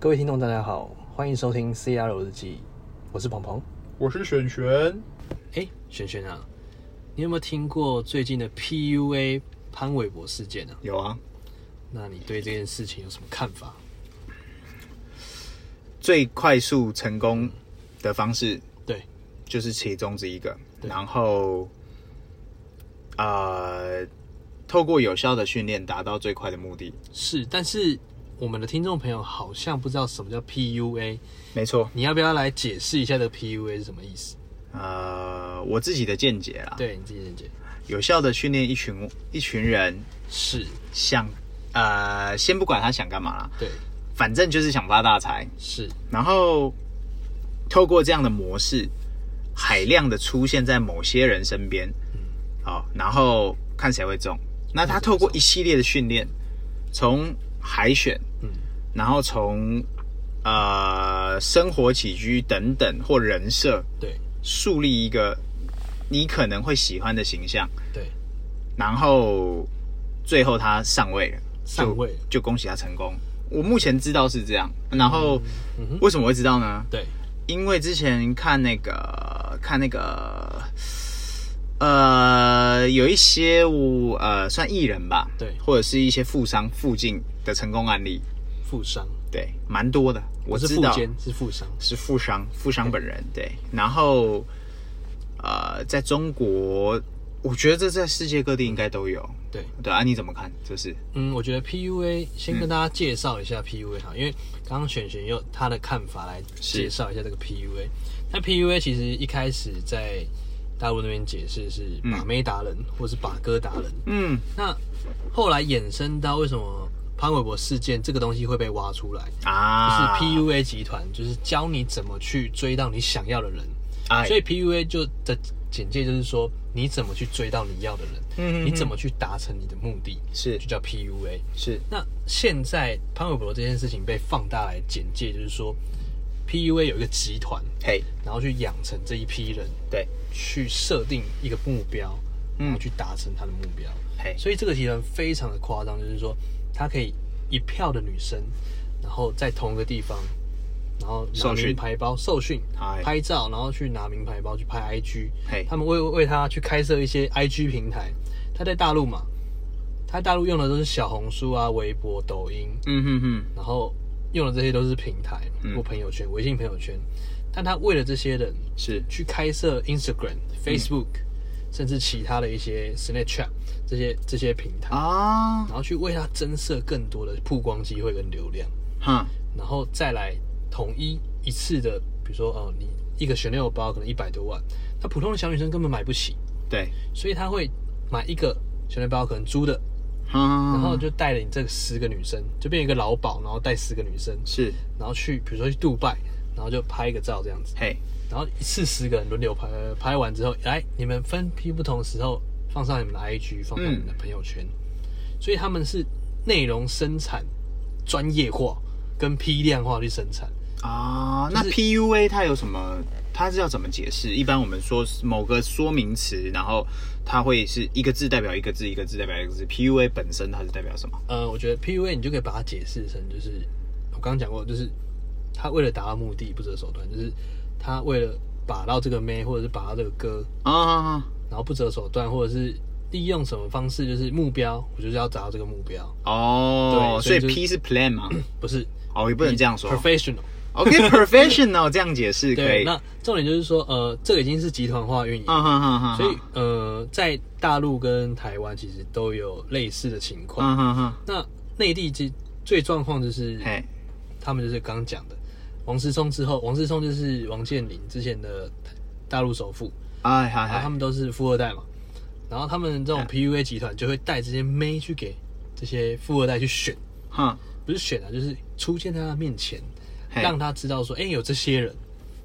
各位听众，大家好，欢迎收听 CR 日记，我是鹏鹏。我是璇璇，哎，璇璇啊，你有没有听过最近的 PUA 潘玮柏事件呢、啊？有啊，那你对这件事情有什么看法？最快速成功的方式对，就是其中之一个，对然后，呃，透过有效的训练达到最快的目的。是，但是我们的听众朋友好像不知道什么叫 PUA，没错，你要不要来解释一下这个 PUA 是什么意思？呃，我自己的见解啦，对你自己理解。有效的训练一群一群人是，想，呃，先不管他想干嘛啦，对，反正就是想发大财，是，然后透过这样的模式，海量的出现在某些人身边，嗯好、然后看谁会中。那他透过一系列的训练，从海选，嗯然后从呃生活起居等等或人设，对，树立一个你可能会喜欢的形象，对，然后最后他上位了，上位了，就恭喜他成功。我目前知道是这样，然后、嗯哼，为什么会知道呢？对，因为之前看那个看那个，呃，有一些我呃算艺人吧，对或者是一些富商附近的成功案例，富商，对，蛮多的。不我是知富道奸，是富商，是富商，富商本人对。然后，呃，在中国，我觉得这在世界各地应该都有。对。对啊，你怎么看？就是嗯，我觉得 PUA 先跟大家介绍一嗯下 PUA 哈、因为刚刚璇璇用他的看法来介绍一下这个 PUA。那 PUA 其实一开始在大陆那边解释是把妹达人、或是把哥达人，嗯那后来衍生到为什么潘玮柏事件这个东西会被挖出来，啊，就是 PUA 集团就是教你怎么去追到你想要的人，哎所以 PUA 就的简介就是说你怎么去追到你要的人，嗯嗯嗯你怎么去达成你的目的，是就叫 PUA。是那现在潘玮柏这件事情被放大来简介，就是说 PUA 有一个集团，嘿，然后去养成这一批人，对去设定一个目标，嗯然后去达成他的目标。嘿所以这个集团非常的夸张，就是说他可以一票的女生，然后在同一个地方，然后拿受训名牌包受训哎、拍照，然后去拿名牌包去拍 IG，嘿他们为为他去开设一些 IG 平台。他在大陆嘛，他大陆用的都是小红书啊、微博、抖音，嗯哼哼，然后用的这些都是平台或朋友圈、微信朋友圈。但他为了这些人是去开设 Instagram、Facebook，、甚至其他的一些 Snapchat 这些这些平台，啊，然后去为他增设更多的曝光机会跟流量，哼。然后再来统一一次的，比如说哦，你一个 Chanel 包可能一百多万，那普通的小女生根本买不起，对，所以他会买一个 Chanel 包可能租的，嗯，然后就带了你这十个女生，就变一个老鸨，然后带十个女生，是然后去比如说去杜拜，然后就拍一个照这样子。嘿，然后一次十个人轮流拍，呃拍完之后，来你们分批不同时候放上你们的 IG，放上你们的朋友圈，所以他们是内容生产专业化跟批量化去生产。啊，那 PUA 它有什么？它是要怎么解释？一般我们说某个说明词，然后它会是一个字代表一个字，一个字代表一个字。PUA 本身它是代表什么？呃，我觉得 PUA 你就可以把它解释成，就是我刚刚讲过，就是他为了达到目的不择手段，就是他为了把到这个妹或者是把到这个歌，啊然后不择手段，或者是利用什么方式，就是目标，我就是要达到这个目标，哦，对所所以以就是 P 是 plan 嘛？不是哦，也不能这样说。 professional。 OK，professional 这样解释可对，以。那重点就是说，呃，这个已经是集团化运营，嗯哼哼哼，所以呃，在大陆跟台湾其实都有类似的情况。嗯哼哼，那内地最最状况就是，嘿，他们就是刚刚讲的，王思聪之后，王思聪就是王健林之前的大陆首富，哎嗨然后他嗨，们都是富二代嘛，然后他们这种 PUA 集团就会带这些妹去给这些富二代去选，哼不是选啊，就是出现在他面前，嘿让他知道说，哎、有这些人。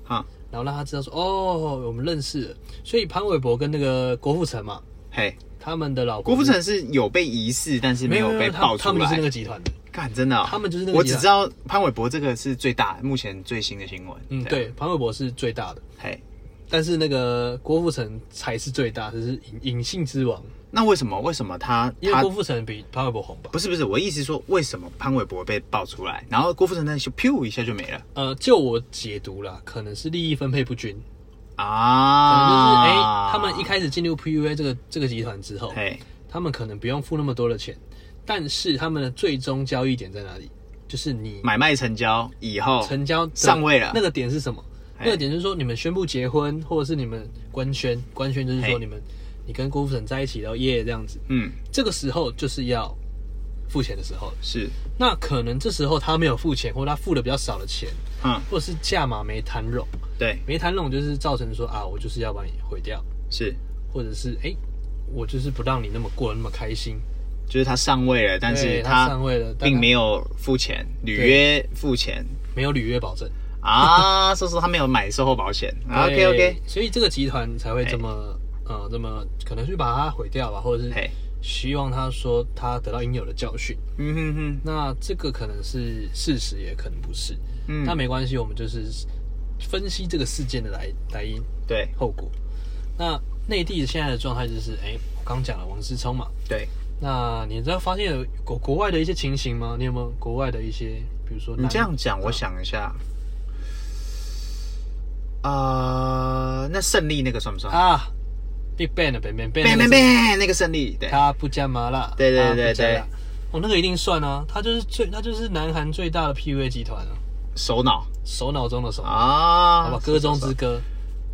哼然后让他知道说，哦，我们认识了。所以潘玮柏跟那个郭富城嘛，嘿，他们的老郭公富城是有被疑似，但是没没有被他爆出他来。们就是那个集团的。干，真的哦、他们就是那个我集只团知道潘玮柏这个是最大，目前最新的新闻。嗯，啊对，，潘玮柏是最大的，嘿，但是那个郭富城才是最大，就是隐隐性之王，那为什么为什么他因为他郭富城比潘玮柏红吧？不是不是，我意思是说，为什么潘玮柏被爆出来，然后郭富城那就噗一下就没了呃，就我解读啦，可能是利益分配不均，可能就是啊？哎、他们一开始进入 PUA 这个这个集团之后，嘿他们可能不用付那么多的钱，但是他们的最终交易点在哪里？就是你买卖成交以后，成交的上位了那个点是什么？哎那个点就是说你们宣布结婚，或者是你们官宣，官宣就是哎说你们你跟郭富城在一起，然后耶这样子，嗯，这个时候就是要付钱的时候了。是，那可能这时候他没有付钱，或他付的比较少的钱，嗯，或者是价码没谈拢，对，没谈拢就是造成说啊，我就是要把你毁掉，是，或者是哎、我就是不让你那么过得那么开心，就是他上位了，但对是他上位了但并他没有付钱，履约付钱没有履约保证。啊，说说他没有买售后保险，OK 啊对 OK，哎所以这个集团才会这么呃这么可能去把它毁掉吧，或者嘿是希望他说他得到应有的教训。嗯哼哼，那这个可能是事实，也可能不是。嗯那没关系，我们就是分析这个事件的来来因对后果。那内地现在的状态就是，哎、我刚讲了王思聪嘛，对，那你知道发现有国国外的一些情形吗？你有没有国外的一些，比如说你南这样讲，我想一下，啊，那胜利那个算不算？啊，Big Bang 的 Bang Bang Bang 别别那个别，那个胜利，对，他不加麻辣，对对他不对加对辣，哦，那个一定算啊，他就是最，他就是南韩最大的 PUA 集团啊，首脑首脑中的首脑，啊，好吧，歌中是是之是歌，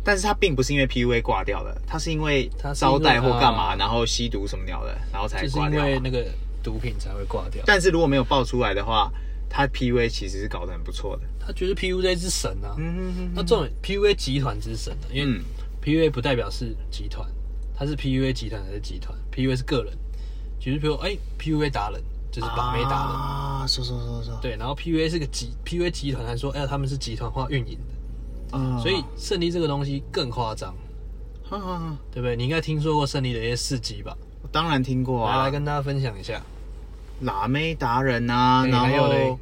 但是他并不是因为 PUA 挂掉的，他是因为他是因为招待或干嘛，啊然后吸毒什么鸟的，然后才就是挂因掉啊为嘛。那个毒品才会挂掉，但是如果没有爆出来的话，他 PUA 其实是搞得很不错的。他觉得 PUA 之神啊，嗯那这种 PUA 集团之神啊，因为嗯 PUA 不代表是集团，它是 PUA 集团还是集团？PUA 是个人，就是比如哎、PUA 达人就是把妹达人，啊，说说说说，对，然后 PUA 是个集 PUA 集团，还说哎、他们是集团化运营的，啊，所以胜利这个东西更夸张。啊啊啊对不对？你应该听说过胜利的一些事迹吧？我当然听过来啊，来跟大家分享一下。辣妹达人啊，对然还有嘞后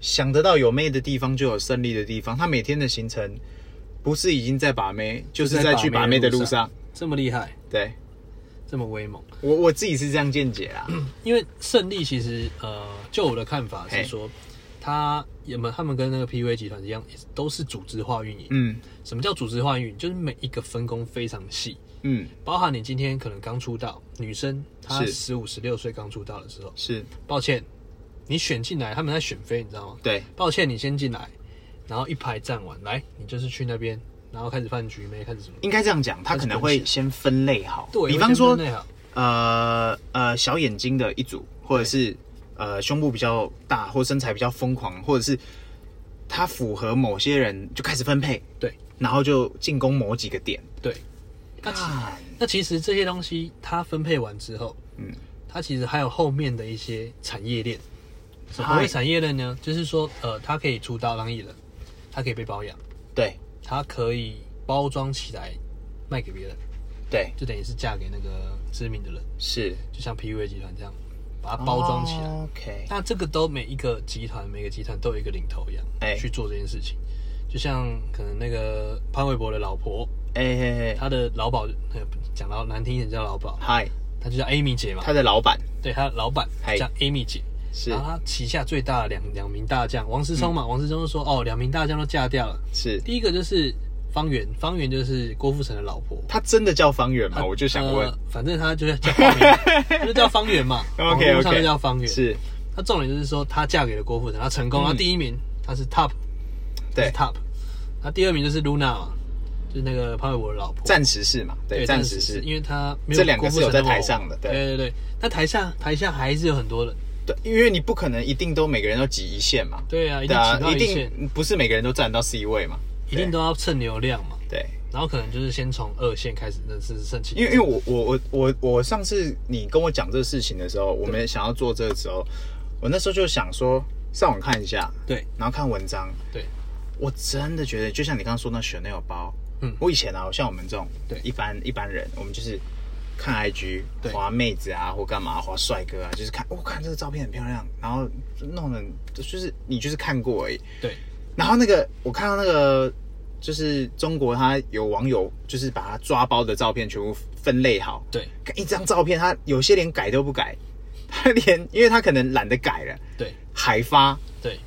想得到有妹的地方就有胜利的地方，他每天的行程不是已经在把妹，就是在去把妹的路上。这么厉害，对这么威猛，我我自己是这样见解啊 啦，因为胜利其实呃，就我的看法是说，他也没他们跟那个 PUA 集团一样，也是都是组织化运营。嗯什么叫组织化运营？就是每一个分工非常细，嗯包含你今天可能刚出道，女生她是十五十六岁刚出道的时候，是，抱歉，你选进来，他们在选妃，你知道吗？对。抱歉，你先进来，然后一排站完，来，你就是去那边，然后开始饭局妹，开始什么？应该这样讲，他可能会先分类好，对，比方说，那样，呃呃，小眼睛的一组，或者是呃胸部比较大，或身材比较疯狂，或者是他符合某些人，就开始分配，对然后就进攻某几个点。对。那其看，那其实这些东西它分配完之后，嗯，它其实还有后面的一些产业链。什么嗨谓产业链呢？就是说，呃，它可以出道当艺人，它可以被包养，对它可以包装起来卖给别人，对就等于是嫁给那个知名的人，是就像 PUA 集团这样，把它包装起来。哦 OK，那这个都每一个集团，每个集团都有一个领头羊、哎去做这件事情。就像可能那个潘玮柏的老婆，哎嘿嘿，他的老鸨呃讲到难听一点叫老鸨，嗨，他就叫 Amy 姐嘛，他的老板对，他的老板嗨叫 Amy 姐。是嗯然后他旗下最大的两两名大将王思聪嘛，王思聪就说哦，两名大将都嫁掉了。是，第一个就是方圆，方圆就是郭富城的老婆。他真的叫方圆吗？我就想问呃，反正他就是叫方圆，他就叫方圆 嘛。 ，OK 网络上就 OK，叫方圆。是，她重点就是说，她嫁给了郭富城，她成功，嗯她第一名，她是 top，她对是，top，那第二名就是 Luna 嘛，就是那个潘玮柏的老婆。暂时是嘛，对，暂时是，因为她没有这两个郭富是有城在那么台上的红对对对对，那台下台下还是有很多人，对，因为你不可能一定都每个人都挤一线嘛。对啊，一对定啊起，到一一线，定不是每个人都站到 C 位嘛。一定都要蹭流量嘛，对，然后可能就是先从二线开始，那是剩起，因为因为我我我我我上次你跟我讲这个事情的时候，我们想要做这个时候，我那时候就想说上网看一下，对然后看文章，对我真的觉得就像你刚刚说那 Chanel 包，嗯我以前啊，像我们这种对一般一般人，我们就是看 IG 对划妹子啊，或干嘛划帅哥啊，就是看我、哦看这个照片很漂亮，然后就弄得就是你就是看过而已，对然后那个我看到那个就是中国，他有网友就是把他抓包的照片全部分类好，对一张照片他有些连改都不改，他连因为他可能懒得改了，对海发对，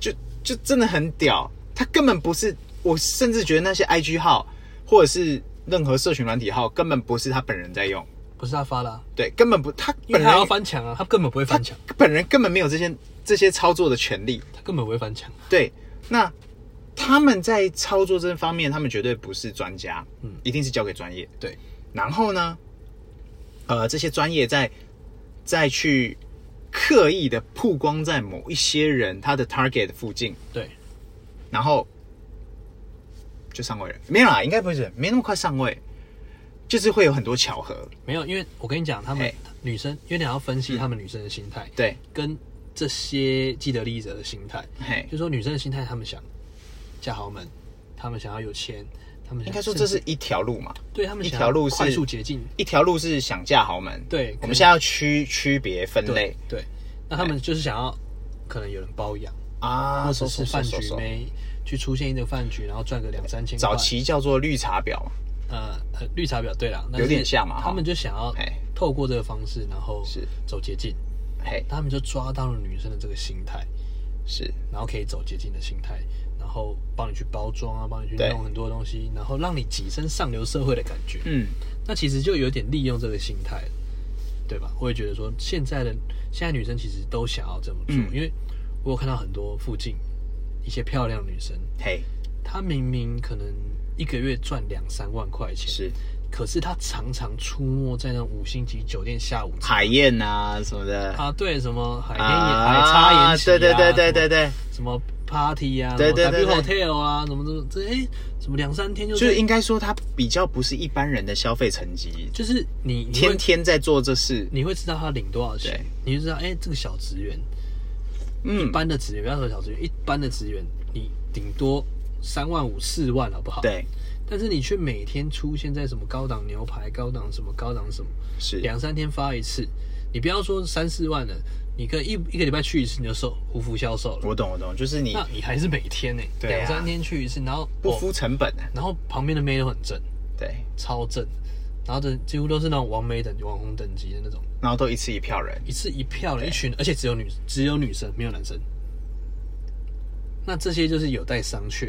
就就真的很屌，他根本不是，我甚至觉得那些 IG 号或者是任何社群软体号根本不是他本人在用，不是他发的、啊，对，根本不他因为本他要人翻墙啊，他根本不会翻墙，本人根本没有这些这些操作的权利，他根本不会翻墙。啊对，那他们在操作这方面，他们绝对不是专家，嗯，一定是交给专业。对，然后呢，呃，这些专业再再去刻意的曝光在某一些人他的 target 附近，对，然后就上位了。没有啦，应该不是，没那么快上位，就是会有很多巧合。没有，因为我跟你讲，他们嘿嗯女生，因为你要分析他们女生的心态，对，跟这些既得利益者的心态，嘿就，说女生的心态，他们想嫁豪门，他们想要有钱，他们想应该说这是一条路嘛，对他们一想条要路是快速捷径，一条路是想嫁豪门，对可我能们现在要区区别分类对。对，那他们就是想要可能有人包养，啊，或者收是收饭收收局收妹去出现一个饭局，然后赚个两三千块早，期叫做绿茶婊嘛，呃呃绿茶婊对啦，那有点是像嘛哈他们就想要哎透过这个方式，然后是走捷径，嘿，他们就抓到了女生的这个心态，是然后可以走捷径的心态，然后帮你去包装啊，帮你去对弄很多东西，然后让你跻身上流社会的感觉。嗯，那其实就有点利用这个心态了，对吧？我也觉得说，现在的现在女生其实都想要这么做，嗯因为我有看到很多附近一些漂亮女生，嘿，她明明可能一个月赚两三万块钱，是可是她常常出没在那种五星级酒店下午茶海燕啊什么的，啊，对，什么海天眼、啊海叉眼、啊，对对对对对对，对，什么 party 啊，对对对什么 W hotel 啊，什么什么这哎，什么两三天就就是应该说他比较不是一般人的消费层级，就是你你会天天在做这事，你会知道他领多少钱对，你就知道，哎、这个小职员，一嗯，般的职员，不要说小职员，一般的职员，你顶多三万五、四万，好不好？。嗯对，但是你却每天出现在什么高档牛排、高档什么、高档什么，是两三天发一次，你不要说三四万了，你可以一一个礼拜去一次，你就售无福消受了。我懂我懂，就是你那你还是每天呢、对啊两、三天去一次，然后不哦敷成本啊，然后旁边的妹都很正，对，超正，然后这几乎都是那种王美等级、网红等级的那种。然后都一次一票人，一次一票了，一群，而且只有女只有女生，没有男生。那这些就是有待商榷，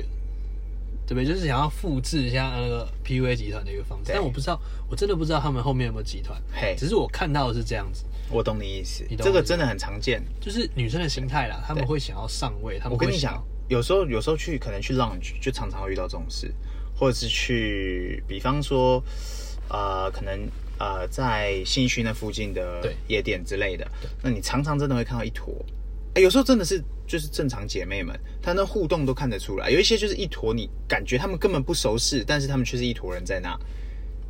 对不对？就是想要复制一下那个 PUA 集团的一个方式，对但我不知道，我真的不知道他们后面有没有集团，嘿只，是我看到的是这样子，我懂你意思你，懂这我个意思真的很常见。就是女生的心态啦，他们对会想要上位，他们我跟会你想讲要，，有时候有时候去可能去 lounge 就常常会遇到这种事，或者是去，比方说，呃，可能呃在新区那附近的对夜店之类的，那你常常真的会看到一坨，哎、有时候真的是就是正常姐妹们，她那互动都看得出来，有一些就是一坨，你感觉她们根本不熟识，但是她们却是一坨人在那，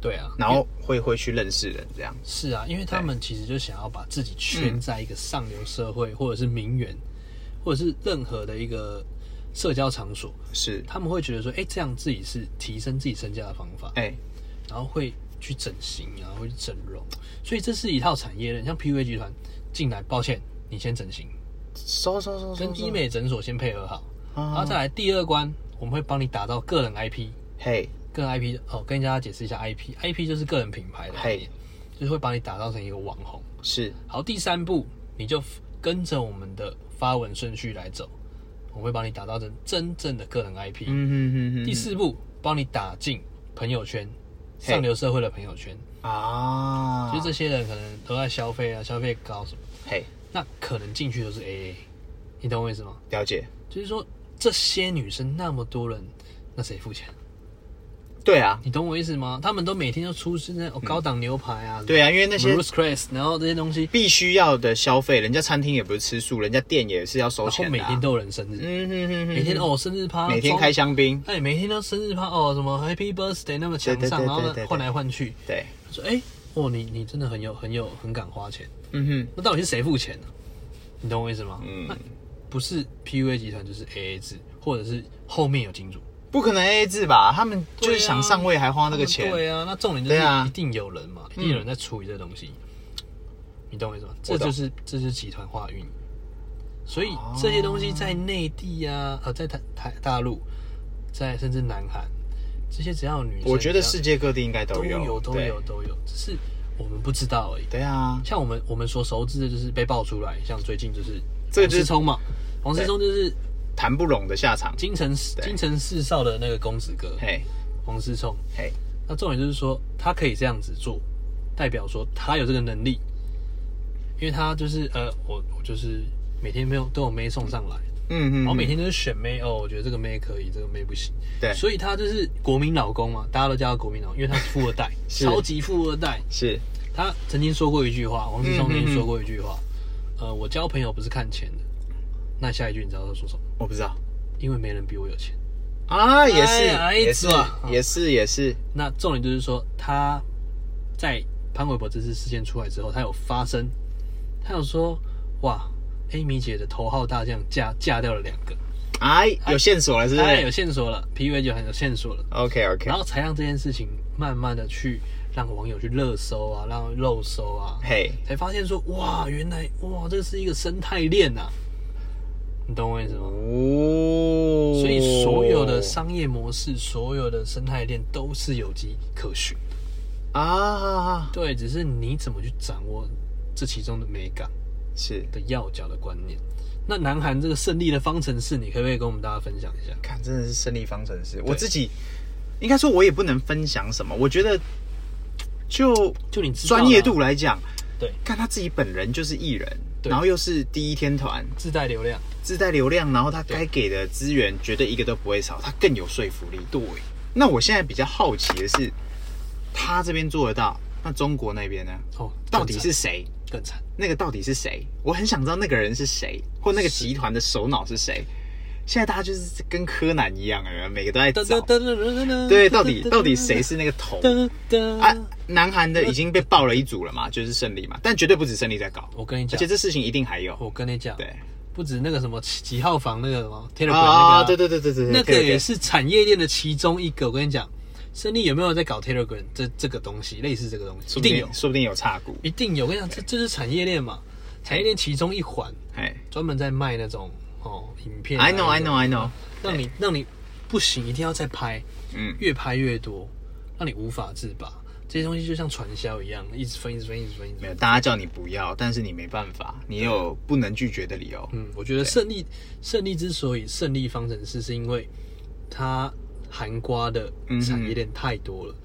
对啊，然后会会去认识人这样，是啊，因为他们其实就想要把自己圈在一个上流社会，或者是名媛，或者是任何的一个社交场所，是，他们会觉得说，哎、这样自己是提升自己身价的方法，哎、然后会去整形啊，会去整容，所以这是一套产业链。像 PUA 集团进来，抱歉，你先整形，收收收收跟医收，美诊所先配合好，然后啊，再来第二关，我们会帮你打造个人 IP，嘿，个人 IP 哦，跟大家解释一下 IP，IP 就是个人品牌的概念，就是会把你打造成一个网红。是好，第三步你就跟着我们的发文顺序来走，我们会帮你打造成真正的个人 IP。嗯哼哼哼，第四步，帮你打进朋友圈，上流社会的朋友圈。啊，就这些人可能都在消费啊，消费高什么，嘿。那可能进去都是 AA，你懂我意思吗？了解，就是说这些女生那么多人，那谁付钱？对啊，你懂我意思吗？他们都每天都出现在、哦、高档牛排啊，嗯对啊，因为那那些 Bruce Chris，然后这些东西，必须要的消费，人家餐厅也不是吃素，人家店也是要收然后钱哦每的、天啊。都有人生日，嗯哼哼哼，每天哦生日趴，每天开装，香槟，哎，每天都生日趴哦，什么 Happy Birthday 那么墙对对上，对然后对对呢对换来换去，对，说哎，哦你你真的很有很有很敢花钱，嗯哼，那到底是谁付钱呢、你懂我意思吗？嗯那不是 PUA 集团就是 AA 制，或者是后面有金主不可能 AA 制吧？他们就是想上位还花那个他钱，们啊对啊，那重点就对啊嗯是一定有人嘛，一定有人在处理这东西。你懂我意思吗？这我懂哦就是这就是集团化运。所以这些东西在内地啊，呃，在台台大陆在甚至南韩，这些只要有女生，我觉得只世界各地应该要都都有有，都对有都有，只是我们不知道而已。对啊，像我们我们所熟知的就是被爆出来，像最近就是这个黄就是思聪嘛，黄思聪就是谈不拢的下场。京城对京城四少的那个公子哥嘿，黄思聪。嘿，那重点就是说，他可以这样子做，代表说他有这个能力，因为他就是呃，我我就是每天没有都有妹送上来，嗯嗯，然后每嗯天都是选妹哦，我觉得这个妹可以，这个妹不行，对所以他就是国民老公嘛，大家都叫他国民老公，因为他是富二代， 是超级富二代。是他曾经说过一句话，王志聪嗯嗯嗯嗯曾经说过一句话，呃，我交朋友不是看钱的。那下一句你知道他说什么？我不知道因为没人比我有钱。啊，也是哎呀也是哎呀也是也是，那重点就是说，他在潘玮柏这次事件出来之后，他有发声，他有说，哇，Amy 姐的头号大将嫁嫁掉了两个，哎，有线索了是不当然哎有是线索了，P V 就很有线索了， ？OK OK，然后才让这件事情慢慢的去让网友去热搜啊，让肉搜啊，嘿，才发现说，哇，原来哇，这是一个生态链呐、你懂我意思吗？哦，所以所有的商业模式，所有的生态链都是有迹可循。啊，对，只是你怎么去掌握这其中的美感是的要角的观念。那南韩这个胜利的方程式，你可不可以跟我们大家分享一下？看，真的是胜利方程式。我自己应该说，我也不能分享什么。我觉得，就就你知道啊专业度来讲，对，看他自己本人就是艺人，对然后又是第一天团，自带流量，自带流量，然后他该给的资源绝对一个都不会少，他更有说服力。对，那我现在比较好奇的是，他这边做得到，那中国那边呢？哦，到底更是谁？惨更惨？那个到底是谁？我很想知道那个人是谁，或那个集团的首脑是谁。现在大家就是跟柯南一样，有没有每个都在噔找噔，噔噔噔噔对，到底到底谁是那个头噔噔啊？南韩的已经被爆了一组了嘛，就是胜利嘛，但绝对不止胜利在搞，我跟你而讲且，这事情一定还有。我跟你讲，对不止那个什么几几号房那个什么 Telegram 那啊，个，对对对对对，那个对对也是产业链的其中一个。我跟你讲，胜利有没有在搞 Telegram 这这个东西，类似这个东西，说一不定定有，说不定有差股。一定有。我跟你讲，这这是产业链嘛，产业链其中一环，哎专门在卖那种哦影片啊。 ，I know I 那种 know I know，让你让你不行，一定要再拍，嗯，越拍越多，让你无法自拔。这些东西就像传销一样，一直分，一直分，一直分，一直没分。有，大家叫你不要，但是你没办法，你有不能拒绝的理由。嗯，我觉得胜利胜利之所以胜利方程式，是因为它含瓜的嗯产业链太多了，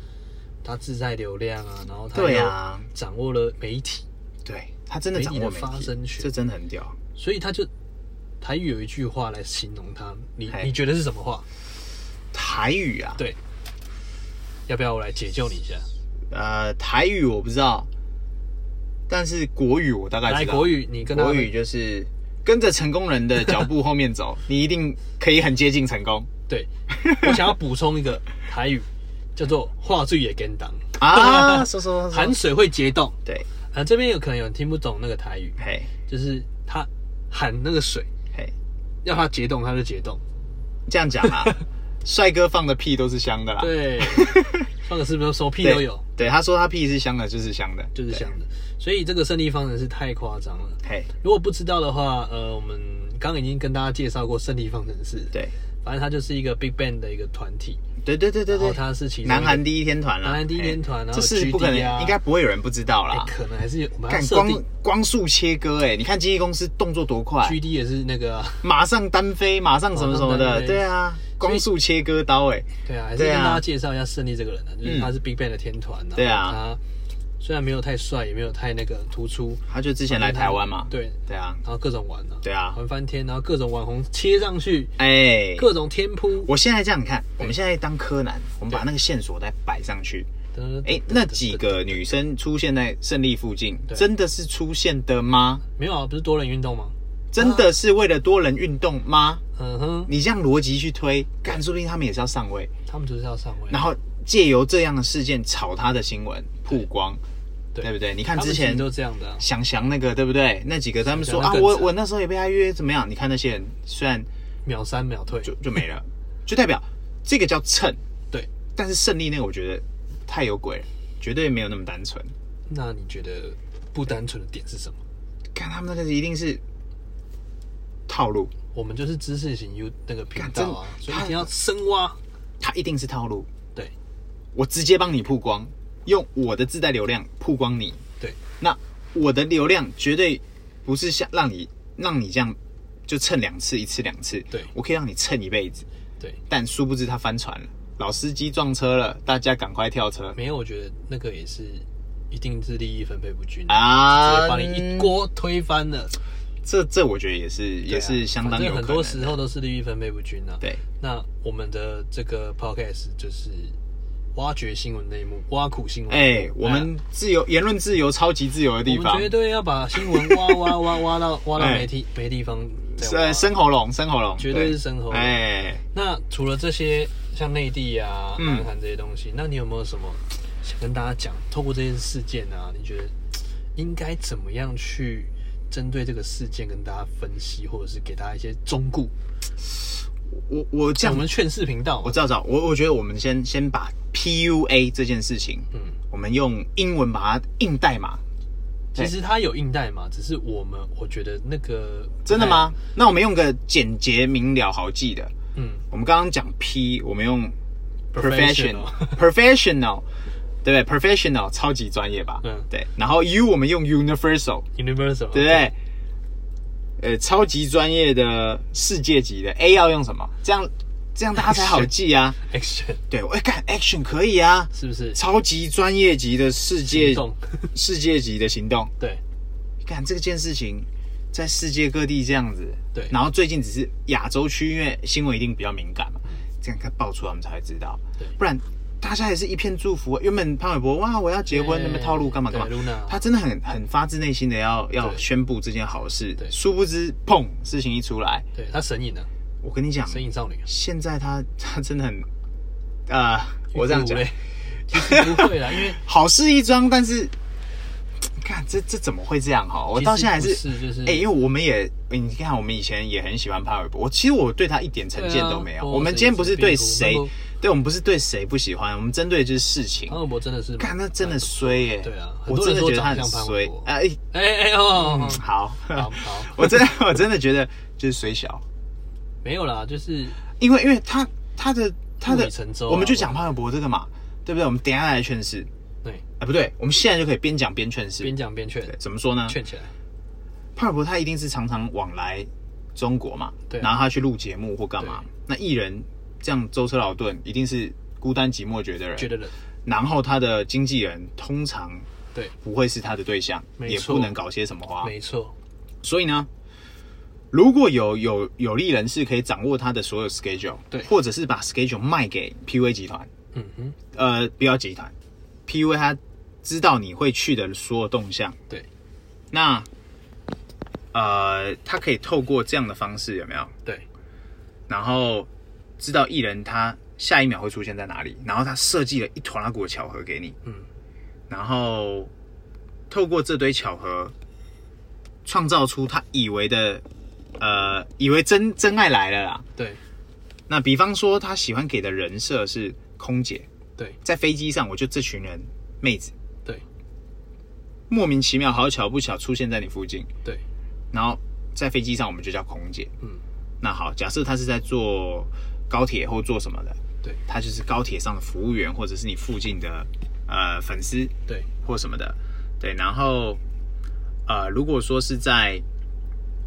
它自带流量啊，然后它对又啊掌握了媒体，对他真的掌握媒体的发声权这真的很屌。所以它就台语有一句话来形容它，你嘿你觉得是什么话？台语啊，对，要不要我来解救你一下？呃，台语我不知道，但是国语我大概来知道。国语，你跟他国语就是跟着成功人的脚步后 面走，你一定可以很接近成功对，我想要补充一个台语，叫做“话最也跟当 啊！说说说寒水会结冻对，”。啊，这边有可能有人听不懂那个台语，嘿就是它喊那个水，嘿，要它结冻，它就结冻。这样讲 啊，帅哥放的屁都是香的啦。对， 放个是不是说屁对，都有，啊对，他说他屁是香的，就是香的，就是这样的。所以这个胜利方程式太夸张了。对。嘿，如果不知道的话，呃，我们刚刚已经跟大家介绍过胜利方程式。，对，反正它就是一个 Big Bang 的一个团体，对对对对然后对，它是其中一南个韩第一天团啦，南韩第一天团嘿然后这是不可 GD 啊能，应该不会有人不知道哎啦。可能还是有我们要看设啊光定光速切割，哎，你看经纪公司动作多快， GD 也是那个 啊、马上单飞，马上什么什么马上单的，飞对啊，光速切割刀，哎，对啊，还是对跟啊大家介绍一下胜利这个人啊，就是嗯他是 Big Bang 的天团，然后对啊他虽然没有太帅，也没有太那个突出，他就之前来台湾嘛，对，对啊，然后各种玩啊，对啊玩翻天，然后各种网红切上去，哎，各种天扑，我现在这样看，我们现在当柯南，我们把那个线索再摆上去，噔哎，那几个女生出现在胜利附近，对真的是出现的吗？没有啊，不是多人运动吗？真的是为了多人运动吗？嗯哼，你这样逻辑去推，干，说不定他们也是要上位，他们就是要上位，啊然后借由这样的事件炒他的新闻曝光，对对不对？你他看们之其实前都这样的啊，想翔那个，对不对？那几个他们想说翔那啊，更我惨我那时候也被他约，怎么样？你看那些人，虽然秒删秒退，就就没了，就代表这个叫蹭，对。但是胜利那个我觉得太有鬼了，绝对没有那么单纯。那你觉得不单纯的点是什么？看他们那个一定是套路，我们就是知识型 U 那个频干道啊，真所以一定要深挖，它一定是套路。对我直接帮你曝光，用我的自带流量曝光你。对，那我的流量绝对不是像让你让你这样就蹭两次，一次两次。对我可以让你蹭一辈子。对，但殊不知他翻船了，老司机撞车了，大家赶快跳车没有，我觉得那个也是一定是利益分配不均啊，直啊！接把你一锅推翻了，这这我觉得也是、对也啊是相当反有正可很能的。多时候都是利益分配不均啊。，对那我们的这个 podcast 就是挖掘新闻内幕，挖苦新闻哎、内幕。我们自由、言论自由超级自由的我地们方，绝对要把新闻挖挖挖挖到挖到哎没地没地方再挖呃，生喉咙，生喉咙，绝对是生喉咙哎、那除了这些像内地啊、嗯南韩这些东西，那你有没有什么想跟大家讲？透过这件事件啊，你觉得嘖应该怎么样去针对这个事件跟大家分析，或者是给大家一些忠告？我我这像样我们劝世频道嘛，我知道，知道，我我觉得我们先先把 PUA 这件事情，嗯，我们用英文把它硬代码，其实它有硬代码，只是我们我觉得那个真的？吗？那我们用个简洁明了、好记的。嗯我们刚刚讲 P，我们用 Professional professional，professional，对不对？professional 超级专业吧？嗯对。然后 U 我们用 universal， ，Universal，对不对？呃，超级专业的世界级的 A 要用什么？这样这样大家才好记啊。 ？Action 对，我看 action 可以啊。是不是？超级专业级的世行界动 世界级的行动。对看这件事情，在世界各地这样子，对然后最近只是亚洲区，因为新闻一定比较敏感嘛，这样看爆出来我们才会知道嗯对，不然大家也是一片祝福。原本潘玮柏哇，我要结婚，对那么套路干嘛干嘛对，Luna，他真的很很发自内心的要要对宣布这件好事对，殊不知砰，事情一出来，对，他神隐了，啊我跟你讲，神隐少女啊，现在他他真的很，呃，我这样讲欲哭无。泪，其实不会啦，因为好事一桩，但是，看这这怎么会这样哈？ 我到现在还其是，实不是就是哎、因为我们也，你看我们以前也很喜欢潘玮柏，我其实我对他一点成见都没有。对啊我们今天不是对我谁们不，对我们不是对谁不喜欢，我们针对的就是事情潘。玮柏真的是，看那真的衰耶、哦对啊很我多真人的说觉得他长得很像潘衰玮柏。哎、哎哎哦，嗯好，好好， 我真的我真的觉得就是衰小，没有啦，就是因为因为他他的他木的已成舟啊我们就讲潘玮柏这个嘛，对不对？我们等一下来劝世，对，哎、不对，我们现在就可以边讲边劝世。边讲边劝，对，怎么说呢？劝起来，帕尔伯他一定是常常往来中国嘛，对啊然后他去录节目或干嘛。那艺人这样舟车劳顿，一定是孤单寂寞觉得人。觉得冷，然后他的经纪人通常对，不会是他的对象，没也错不能搞些什么花。没错，所以呢，如果有有有利人士可以掌握他的所有 schedule，对或者是把 schedule 卖给 PV 集团，嗯哼，呃，不要集团，PV 他知道你会去的所有动向，对那呃，他可以透过这样的方式有没有？对然后知道艺人他下一秒会出现在哪里，然后他设计了一团拉鼓的巧合给你，嗯，然后透过这堆巧合，创造出他以为的，呃，以为真真爱来了啦。对那比方说他喜欢给的人设是空姐，对在飞机上我就这群人妹子，对莫名其妙好巧不巧出现在你附近，对，然后在飞机上我们就叫空姐。嗯，那好，假设他是在坐高铁或做什么的，对他就是高铁上的服务员，或者是你附近的呃粉丝对或什么的，对。然后呃，如果说是在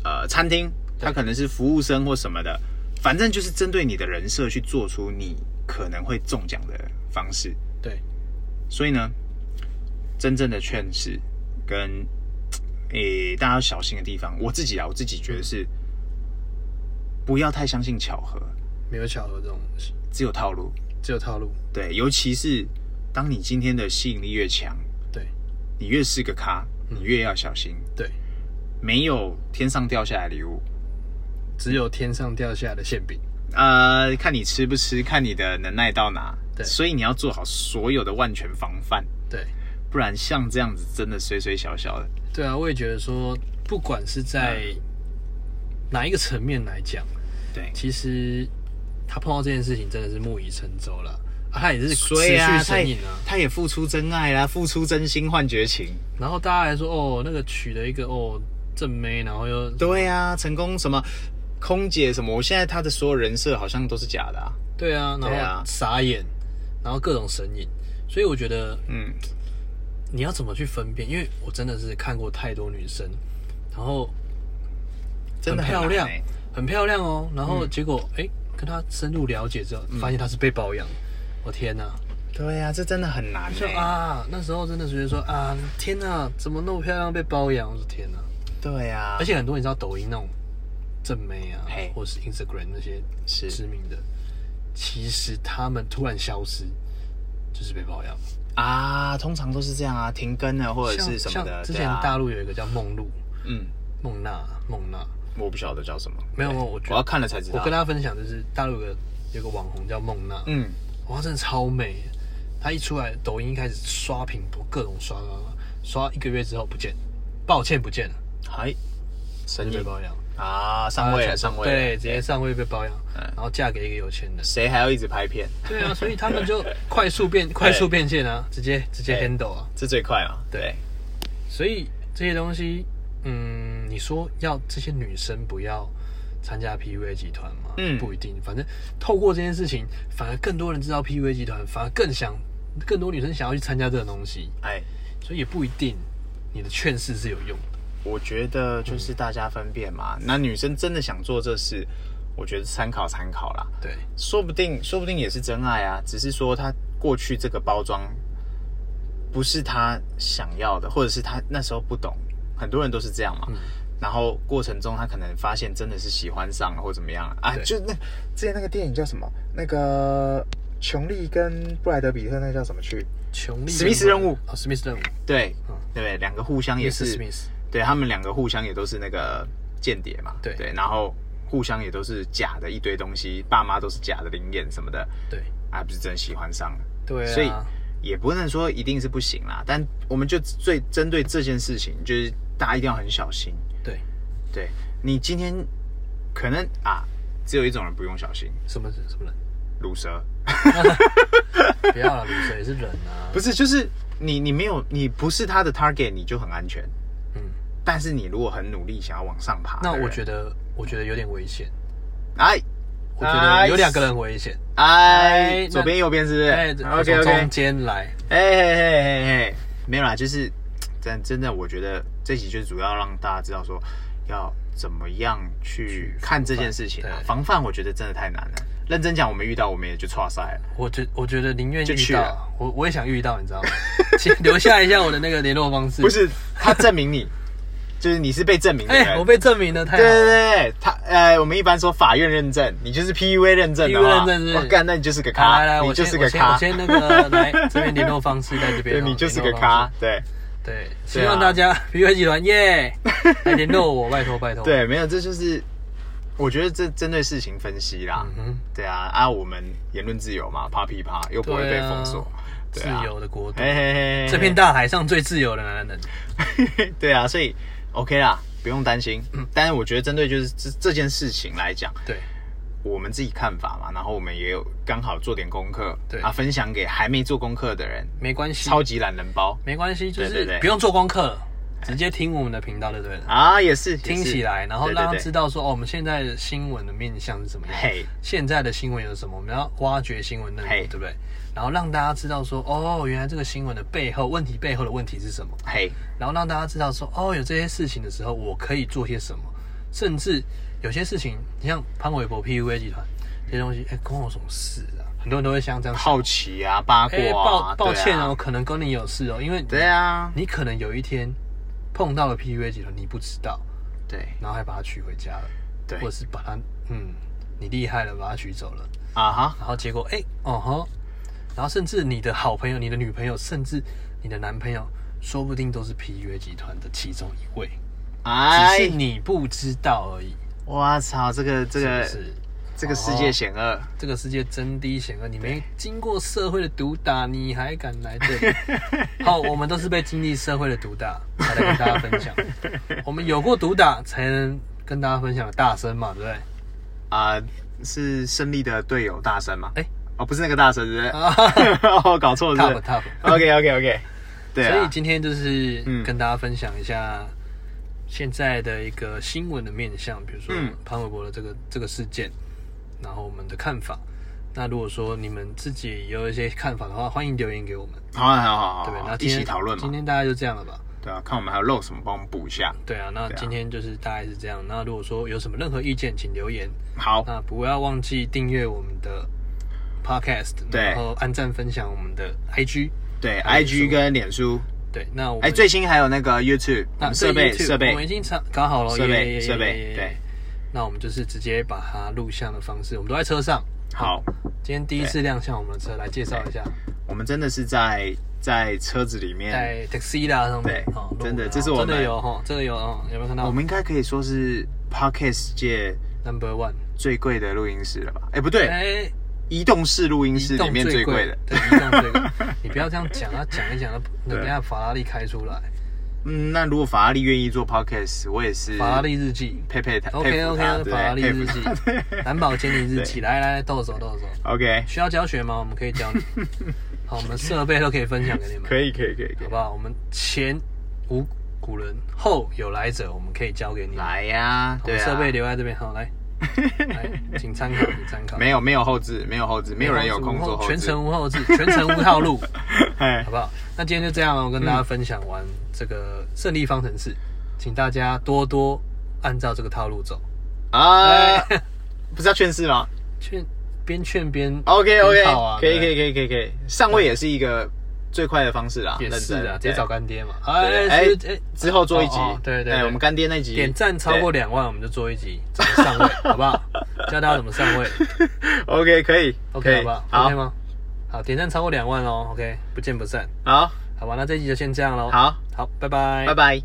呃餐厅，他可能是服务生或什么的，反正就是针对你的人设去做出你可能会中奖的方式。对，所以呢，真正的劝世跟诶、大家要小心的地方，我自己啊，我自己觉得是不要太相信巧合，没有巧合这种东西，只有套路。只有套路，对，尤其是当你今天的吸引力越强，对你越是个咖，你越要小心，对，没有天上掉下来的礼物。只有天上掉下来的馅饼，呃，看你吃不吃，看你的能耐到哪。对所以你要做好所有的万全防范，对。不然像这样子真的衰衰小小的。对啊，我也觉得说，不管是在嗯哪一个层面来讲，对，其实他碰到这件事情真的是木已成舟了、啊他也是持所以啊，续他成也瘾啊。他也付出真爱啦，付出真心换绝情。然后大家还说哦，那个娶了一个哦正妹，然后又对啊，成功什么空姐什么，我现在他的所有人设好像都是假的啊。对啊，对然啊后傻眼，然后各种神隐，所以我觉得嗯，你要怎么去分辨？因为我真的是看过太多女生，然后真的很漂难亮欸嗯很漂亮哦，然后结果哎、诶跟她深入了解之后，发现她是被包养。我天哪！对呀、这真的很难、就欸。啊，那时候真的觉得说啊，天哪，怎么那么漂亮被包养？我说天哪！对啊呀、而且很多你知道抖音那种正妹啊嘿，或是 Instagram 那些是知名的，其实他们突然消失，就是被包养。啊，通常都是这样啊，停更了或者像是什么像的。之对前大啊、陆有一个叫梦露、嗯，梦娜、梦娜，我不晓得叫什么，没有没有，我我觉要得看了才知道。我跟大家分享，就是大陆有个有个网红叫梦娜，嗯，哇，真的超美。她一出来，抖音一开始刷屏幕，各种刷刷刷，刷一个月之后不见，抱歉不见了，嗨，就神被隐包养。啊，上位她了，就上位了。哎嗯对，直接上位被包养，然后嫁给一个有钱人。谁还要一直拍片？对 啊，所以他们就快速变快速变现啊，直接直接对 handle 啊。这最快嘛？对，所以这些东西，嗯，你说要这些女生不要参加 PUA 集团吗？嗯不一定。反正透过这件事情，反而更多人知道 PUA 集团，反而更想更多女生想要去参加这个东西，哎，所以也不一定你的劝世是有用的。我觉得就是大家分辨嘛。那女生真的想做这事，我觉得参考参考啦，对，说不定说不定也是真爱啊，只是说她过去这个包装不是她想要的，或者是她那时候不懂，很多人都是这样嘛。然后过程中，她可能发现真的是喜欢上了，或怎么样了啊？对就那之前那个电影叫什么？那个琼丽跟布莱德比特那个叫什么去？琼丽史密斯任务哦，史密斯任务对嗯，对，两个互相也也是是史密斯，对他们两个互相也都是那个间谍嘛，对然后互相也都是假的一堆东西，爸妈都是假的灵验什么的，对啊，不是真喜欢上了，对啊，所以也不能说一定是不行啦，但我们就最针对这件事情，就是大家一定要很小心，对对你今天可能啊，只有一种人不用小心，什么什么人？毒蛇不要了，女生也是人啊。 不是就是你你没有你不是他的 target，你就很安全，嗯，但是你如果很努力想要往上爬的那人，我觉得我觉得有点危险，哎。我觉得有两个人很危险。哎哎，左边右边是不是哎， ？OK 从 OK，中间来，哎哎哎哎哎，没有啦，就是真真的，我觉得这集就是主要让大家知道说要怎么样去看这件事情啊对，防范我觉得真的太难了。认真讲，我们遇到我们也就错赛了。我觉我觉得宁愿就遇去到了，我我也想遇到，你知道吗？ 请留下一下我的那个联络方式。不，是他证明你， 就是你是被证明的哎，我人。被证明了，太对好对了。对，他呃，我们一般说法院认证，你就是 PUA 认证的 PUA 认话证是不是我干，那你就是个来来咖来，，你我就先是我个先我咖，先那个来这边联络方式在这边对，哦，你就是个联络方咖式。，对。对，希对啊望大家 娱乐集团 耶来联络我，拜托拜托。，对，没有，这就是我觉得这针对事情分析啦。嗯哼，对啊，啊，我们言论自由嘛，怕屁怕，又不会对被啊封锁。对自啊，由的国度，嘿嘿嘿嘿，这片大海上最自由的男人。嘿对啊，所以 OK 啦，不用担心。嗯但是我觉得针对就是这这件事情来讲，对，我们自己看法嘛，然后我们也有刚好做点功课，对啊，分享给还没做功课的人，没关系，超级懒人包没关系，就对对是对不用做功课了，直接听我们的频道就对了。啊，也是也是听起来，然后让他对对知对道说，哦，我们现在的新闻的面向是怎么样，嘿现在的新闻有什么，我们要挖掘新闻内嘿容，对不对？然后让大家知道说，哦，原来这个新闻的背后问题背后的问题是什么，嘿，然后让大家知道说，哦，有这些事情的时候，我可以做些什么，甚至有些事情，你像潘玮柏 PUA 集团这些东西，哎，关我什么事啊？很多人都会像这样想，好奇啊，八卦哎，啊，抱抱歉哦，哦，可能跟你有事哦，因为你对啊，你可能有一天碰到了 PUA 集团，你不知道，对然后还把它娶回家了，对或者是把它，嗯，你厉害了，把它娶走了，啊哈，然后结果，哎、哦吼，然后甚至你的好朋友、你的女朋友，甚至你的男朋友，说不定都是 PUA 集团的其中一位，哎只是你不知道而已，我操，这个这个是不哦是？这个世界险恶，这个世界真低险恶，你没经过社会的毒打，你还敢来这里？好，我们都是被经历社会的毒打才来跟大家分享，我们有过毒打才能跟大家分享的大声嘛，对不对？啊、是胜利的队友大神吗？哎哦，不是那个大神，是不是？啊 哦，搞错了是不 top 是 top。 OK OK OK，对所以啊，今天就是嗯跟大家分享一下现在的一个新闻的面向，比如说嗯潘玮柏的这个这个事件，然后我们的看法，那如果说你们自己有一些看法的话，欢迎留言给我们，好啊，好好好，对不对？好那一今天起讨论嘛今，天大概就这样了吧。对啊，看我们还有漏什么，帮我们补一下。对啊，那对啊今天就是大概是这样。那如果说有什么任何意见，请留言。好，那不要忘记订阅我们的 podcast，对然后按赞分享我们的 IG。对还有什，IG 么跟脸书，对，那我们哎，最新还有那个 YouTube 我那们设备这 YouTube 设我们已备，经查搞好了，设备耶耶耶设备耶耶耶对那我们就是直接把它录像的方式，我们都在车上。好，今天第一次亮相我们的车，来介绍一下，我们真的是在在车子里面，在 Taxi 啦上面对哦，录真的哦这是我们真的有哈，真的有哦，有没有看我到们应该可以说是 Podcast 界 Number One？最贵的录音室了吧？哎，不对，哎，移动式录音移室动里面最贵的。对，移动最 贵。你不要这样讲，要讲一讲，那等一下法拉利开出来，嗯，那如果法拉利愿意做 Podcast，我也是法拉利日记。佩佩他 OK 佩服他 OK，对法拉利佩服日记他对，蓝宝坚尼日记，来来来，动手动手。 OK，需要教学吗？我们可以教 你。好，我们设备都可以分享给你们，可以可以可以可好以，不好？我们前无古人，后有来者，我们可以教给你。来呀，好，对啊，设备留在这边，好， 来，来，请参考，请参考。没有没有后置，没有后置，没有人有空做后置，全程无后置，全程无套路， 哎好不好？那今天就这样哦，我跟大家分享完这个胜利方程式，请大家多多按照这个套路走。啊，哎不是要劝世吗 劝边劝边？OK 边套啊 OK，可以对可以可以可以可以，上位也是一个最快的方式啦，也是认啊，直真接找对干爹嘛。对哎哎是哎，之后做一集哦哦，对对对哎我们干爹那集点赞超过对两万，我们就做一集怎么上位，好不好？教大家怎么上位 OK 可以可，OK 好以不好好？OK 吗？好，点赞超过两万哦，OK，不见不散，好好吧？那这一集就先这样喽，，好，好，拜拜，拜。拜。